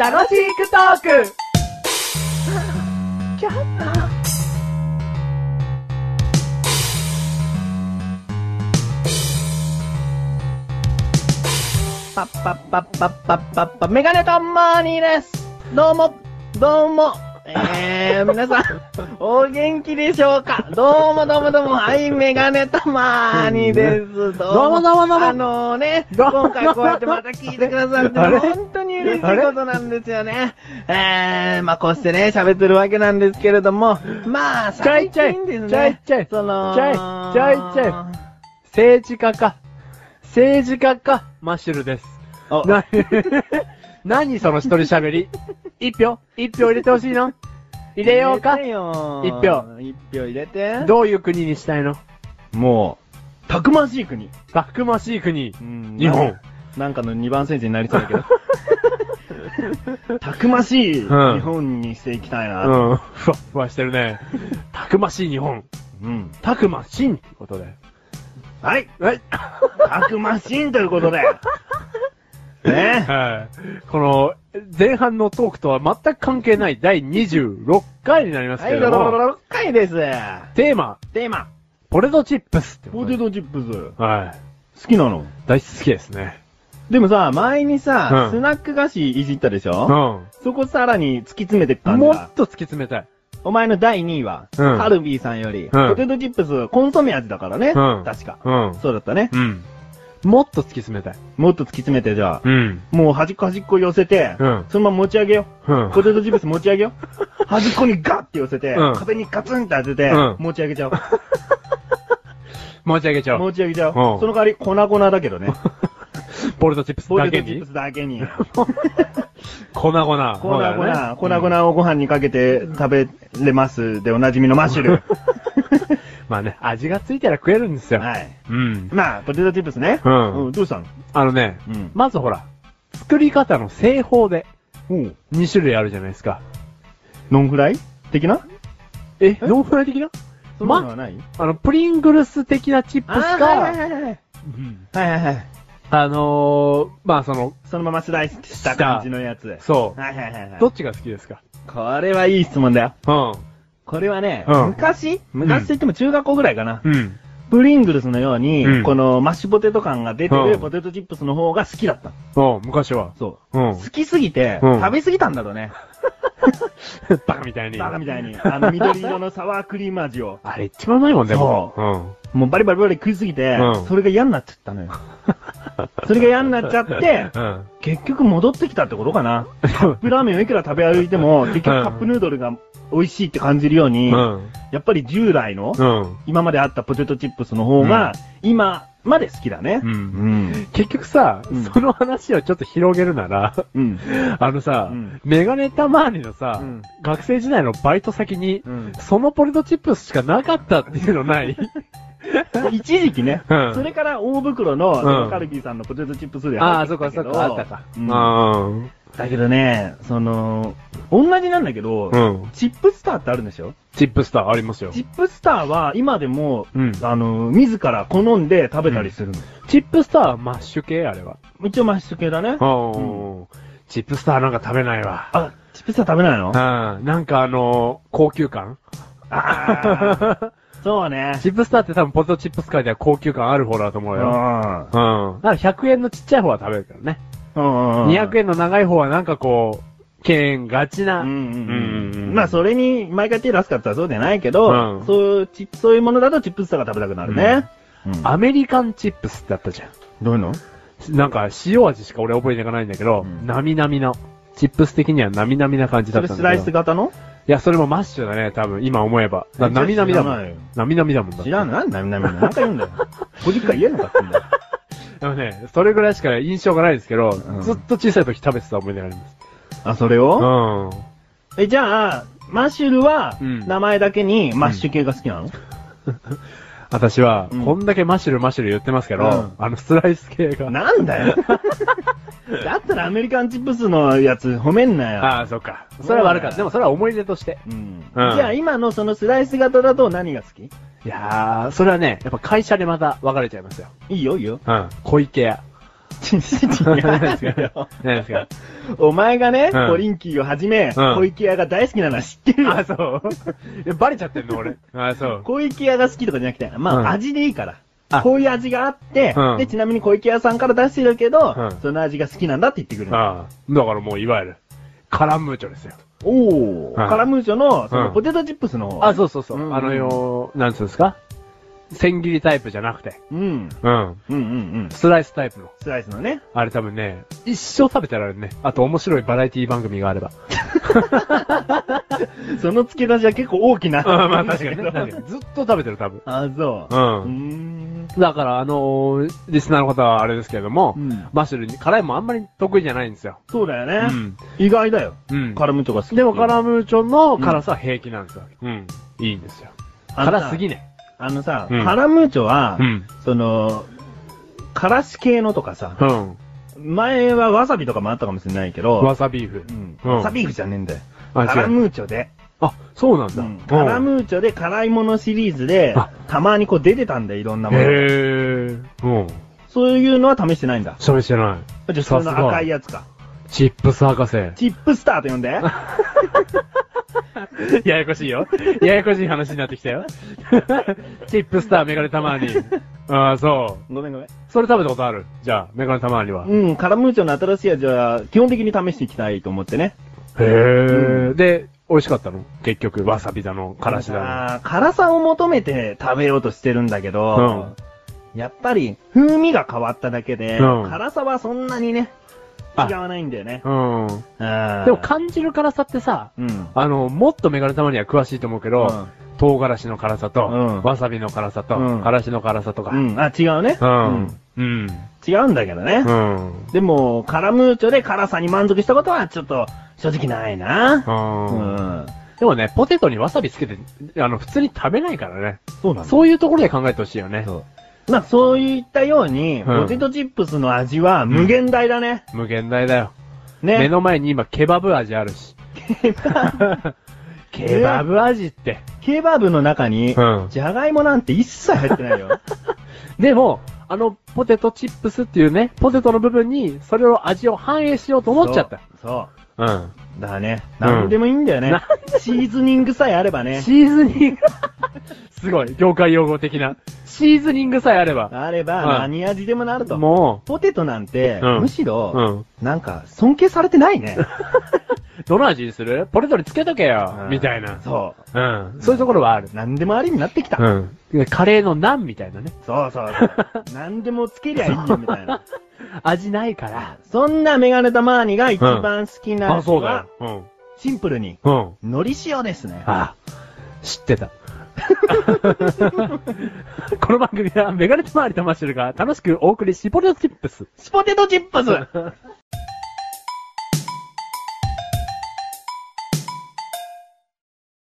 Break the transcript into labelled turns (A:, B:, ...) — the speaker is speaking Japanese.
A: 楽しくトークパッパッパッパッパッパッパメガネとマーニーですどうも、どうも、えー、皆さん、お元気でしょうかどうもどうもどうも、はい、メガネとマーニーです。どうも
B: どうもどうもどうも
A: あのね、
B: どうも
A: 今回こうやってまた聞いてくださって、
B: あれ
A: 本当に嬉しいことなんですよね。えー、まあこうしてね、喋ってるわけなんですけれども、まあ、
B: ちょ
A: 最
B: いちょい
A: 近ですね、
B: ちょいちょい
A: その、
B: ちょいちょいちょい政治家か。政治家か、マッシュルです。
A: お
B: な、 何その一人喋り。一票一票入れてほしいの入れようか
A: 入れてよ
B: 一票。
A: 一票入れて。
B: どういう国にしたいの
A: もう、たくましい国。
B: たくましい国。
A: うん
B: 日本。
A: なんかの2番先生になりそうだ けど。たくましい日本にしていきたいな。
B: うん。ふわっふわしてるね。たくましい日本。
A: うん。
B: たくましいってことで。
A: はい。
B: はい。
A: たくましいということ で。ね
B: はい。この、前半のトークとは全く関係ない第26回になります
A: は
B: け
A: い、
B: れど
A: ロロ
B: も、
A: ロ6回です。
B: テーマ、
A: テーマ。
B: ポテトチップスってこ
A: ポ
B: とで
A: テトチップス。
B: はい。
A: 好きなの
B: 大好きですね。
A: でもさ、前にさ、
B: うん
A: スナック菓子いじったでし
B: う
A: ょ
B: ん。
A: そこさらに突き詰めてったん
B: も
A: だ
B: っ。と突き詰めたい。
A: お前の第2位は、
B: うん
A: カルビーさんより、
B: うん
A: ポテトチップスコンソメ味だからね。
B: うん
A: 確か。
B: うん。
A: そうだったね。
B: うん。もっと突き詰めたい。
A: もっと突き詰めてじゃあ、
B: うん。
A: もう端っこ端っこ寄せて、
B: うん
A: そのまま持ち上げよ
B: う
A: う。
B: ん。
A: ポテトチップス持ち上げよう。端っこにガッて寄せて、
B: うん
A: 壁にガツンって当てて、
B: うん
A: 持ち上げちゃおう。
B: 持ち上げちゃおう。
A: 持ち上げちゃおう。
B: うん
A: その代わり粉々だけどね。
B: ポルトチップス
A: ポ
B: だ
A: テ
B: け
A: トチッ
B: に
A: プスだけに。
B: 粉々。粉
A: 粉々、
B: 々。
A: 粉々をご飯にかけて食べれますでおなじみのマッシュ ル。
B: まあね、味がついたら食えるんですよ。
A: はい。
B: うん。
A: まあ、ポテトチップスね。
B: うん
A: どうしたの
B: あのね、
A: うん
B: まずほら、作り方の製法で
A: うん。
B: 2種類あるじゃないですか。
A: ノンフライ的な
B: え、ノンフライ的な
A: そんなのはない
B: あの、プリングルス的なチップス
A: はい
B: か、
A: はいはい。
B: うん
A: はいはいはい。
B: あのー、まあその、
A: そのままスライスした感じのやつ。
B: そう。
A: はいはいはいはい。
B: どっちが好きですか
A: これはいい質問だよ。
B: うん。
A: これはね、
B: うん
A: 昔
B: うん
A: 昔といっても中学校ぐらいかな。
B: うん。
A: プリングルスのように、
B: うん
A: このマッシュポテト感が出て
B: う
A: る
B: ん
A: ポテトチップスの方が好きだった。
B: うん、昔は。
A: そうう。
B: ん。
A: 好きすぎて、
B: うん
A: 食べすぎたんだろうね。
B: バカみたいに。
A: バカみたいに。あの緑色のサワークリーム味を。
B: あれ一番うまいもんね、
A: そう
B: もう。うん。
A: もうバリバリバリ食いすぎて、
B: うん
A: それが嫌になっちゃった のよ。それが嫌になっちゃって、
B: うん。
A: 結局戻ってきたってことかな。カップラーメンをいくら食べ歩いても、結局カップヌードルが美味しいって感じるように、
B: うん。
A: やっぱり従来の、
B: うん。
A: 今まであったポテトチップスの方が、今まで好きだね。
B: う。
A: うんん。
B: 結局さ、
A: うん
B: その話をちょっと広げるなら、
A: うん。
B: あのさ、
A: うん
B: メガネたまわりのさ、
A: うん
B: 学生時代のバイト先に、
A: うん
B: そのポテトチップスしかなかったっていうのない
A: 一時期ね。
B: うん
A: それから大袋の、
B: ん
A: そのカルビーさんのポテトチップスで
B: あ
A: 入っ
B: あ、
A: てき
B: そうか
A: たけ
B: そ
A: ど。
B: うか、あったか。
A: うん
B: うん。
A: だけどね、その、同じなんだけど、
B: うん。
A: チップスターってあるんでしょ
B: チップスターありますよ。
A: チップスターは今でも、
B: うん
A: あの、自ら好んで食べたりするの。
B: チップスターはマッシュ系あれは。
A: 一応マッシュ系だね。
B: うん。チップスターなんか食べないわ。
A: あ、チップスター食べないの
B: うん。なんかあのー高級感
A: あーそうね。
B: チップスターって多分ポテトチップス界では高級感ある方だと思
A: う
B: うよ。
A: ん。
B: うん。だから100円のちっちゃい方は食べるけどね。
A: うん
B: 200円の長い方はなんかこう、敬遠がちな。
A: うんうんうん
B: うんうんうん
A: まあ、それに毎回手出すかって言ったらそうじゃないけど、
B: うん
A: そういうチ、そういうものだとチップスターが食べたくなるね。うん
B: アメリカンチップスってあったじゃ
A: どういうの
B: ん。なんか塩味しか俺覚えていかないんだけど、
A: うん
B: なみなみの。チップス的にはなみなみな感じだ
A: そ
B: っ
A: れ
B: たん
A: スラ
B: だけ
A: イ
B: ど。
A: ス
B: い
A: 型の
B: や、それもマッシュだね、多分、今思えば。だなみなみだ
A: 知
B: も
A: らないよ
B: ん。なみなみだもんだ。
A: 知らんの何何何何何回言うんだ よ。50回言えんのかってんだよ。
B: でもね、それぐらいしか印象がないですけど、
A: うん
B: ずっと小さい時食べてた思い出があります。
A: あ、それを
B: うん。
A: え、じゃあ、マッシュルは、
B: うん
A: 名前だけにマッシュ系が好きなの、
B: 私は、
A: うん
B: こんだけマッシュルマッシュル言ってますけど、
A: うん
B: あのスライス系が。
A: なんだよ。 だったらアメリカンチップスのやつ褒めんなよ。
B: ああ、そっか。それは悪かった。でもそれは思い出として。
A: うん、じ
B: うん
A: ゃあ今のそのスライス型だと何が好き
B: いやー、それはね、やっぱ会社でまた別れちゃいますよ。
A: いいよいいよ。
B: うん。小池屋。
A: 違うよ。
B: 何ですか
A: お前がね、
B: うん
A: ポリンキーをはじめ、
B: ん
A: 小池屋が大好きなのは知ってるよ。
B: あ、そう。 いやバレちゃってんの、俺。あ、そう。
A: 小池屋が好きとかじゃなくて、まあ、
B: うん
A: 味でいいから。
B: あ
A: こういう味があって、
B: うん
A: で、ちなみに小池屋さんから出してるけど、
B: うん
A: その味が好きなんだって言ってくるの。
B: ああ。だからもう、いわゆる、カラムーチョですよ。
A: おー、
B: はい
A: カラムーチョの、その、
B: うん
A: ポテトチップスの方。
B: あ、そうそうそう。
A: うん
B: あのよ、なんつうんですか千切りタイプじゃなくて。
A: うん。
B: う
A: う
B: ん。
A: んうんうん。
B: スライスタイプの。
A: スライスのね。
B: あれ多分ね、一生食べてられるね。あと面白いバラエティ番組があれば。
A: その付け出しは結構大きな。
B: うん、 まあ確かにね。確かにずっと食べてる、多分。
A: あ、そう。
B: う
A: ー
B: ん。
A: ん。
B: だから、あのー、リスナーの方はあれですけれども、
A: うん
B: マッシュルに辛いもんあんまり得意じゃないんですよ。
A: そうだよ
B: う
A: ね。
B: ん。
A: 意外だよ。
B: うん。
A: カラムーチョが好き。
B: でも、カラムーチョの辛さは平気なんですよ。うん。いいんですよ。
A: あのさ
B: 辛すぎね。
A: あのさ、
B: うん
A: カラムーチョは、
B: うん。
A: その、からし系のとかさ、
B: うん。
A: 前はわさびとかもあったかもしれないけど、
B: わさビーフ
A: う。ん
B: うん
A: わさビーフじゃねえんだよ。
B: あ
A: カ
B: 違う
A: ラムーチョで。
B: あ、そうなん
A: う
B: だ。
A: んカラムーチョで辛いものシリーズで
B: あ、
A: たまにこう出てたんだよ、いろんなもの。
B: へー。うん。
A: そういうのは試してないんだ。
B: それ知らない。
A: じゃあ、そ
B: さすが
A: の赤いやつか。
B: チップス博士。
A: チップスターと呼んで。
B: ややこしいよ。ややこしい話になってきたよ。 チップスターメガネたまに。ああ、そう。
A: ごめんごめん。
B: それ食べたことあるじゃあ、メガネたまには。へ
A: うん、カラムーチョの新しい味は、基本的に試していきたいと思ってね。
B: え。で、美味しかったの結局、わさびだの、からしだ
A: あー辛さを求めて食べようとしてるんだけど、やっぱり風味が変わっただけで、
B: うん
A: 辛さはそんなにね、
B: あ
A: 違わないんだよね。
B: の。うん。
A: あー
B: でも、感じる辛さってさ、
A: うん。
B: あの、もっとメガネたまには詳しいと思うけど、
A: うん
B: 唐辛子の辛さと、
A: うん
B: わさびの辛さと、
A: うん
B: からしの辛さとか。
A: うん、あ、違うね。
B: うん。うん。
A: 違うんだけどね
B: う。ん。
A: でも、カラムーチョで辛さに満足したことは、ちょっと、正直ないな。う
B: うん。
A: ん。
B: でもね、ポテトにわさびつけて、あの、普通に食べないからね。
A: そうなん
B: そういうところで考えてほしいよね。
A: まあ、そういったように、
B: うん
A: ポテトチップスの味は無限大だね。
B: 無限大だよ。
A: ね。
B: 目の前に今、ケバブ味ある し。ケバブ味って。
A: ケバブの中に、
B: うん
A: じゃがいもなんて一切入ってないよ。
B: でも、あの、ポテトチップスっていうね、ポテトの部分に、それを味を反映し ようと思っちゃった。
A: そう。そう
B: うん。
A: だからね、
B: うん
A: なんでもいいんだよね。
B: なん
A: シーズニングさえあればね。
B: シーズニング。すごい、業界用語的な。シーズニングさえあれば。
A: あれば
B: うん
A: 何味でもなると。
B: も
A: ポテトなんて、
B: うん
A: むし
B: う、
A: ろ、
B: うん。
A: なんか尊敬されてないね。
B: どの味にするポテトにつけとけよ、
A: うん
B: みたいな。
A: そ
B: うん。そういうところはある
A: う。。何でもありになってきた。
B: うん。カレーのナンみたいなね。
A: そうそうそう。何でもつけりゃいいよ、みたいな。
B: 味ないから。
A: そんなメガネタマーニが一番好きな
B: あ、
A: の
B: そうだ
A: は
B: よ、。うん。
A: シンプルに、
B: うん。
A: 海苔塩ですね。
B: ああ、知ってた。 この番組はメガネとマーリとマッシュルが楽しくお送りし、ポテトチップス。
A: スポテトチップス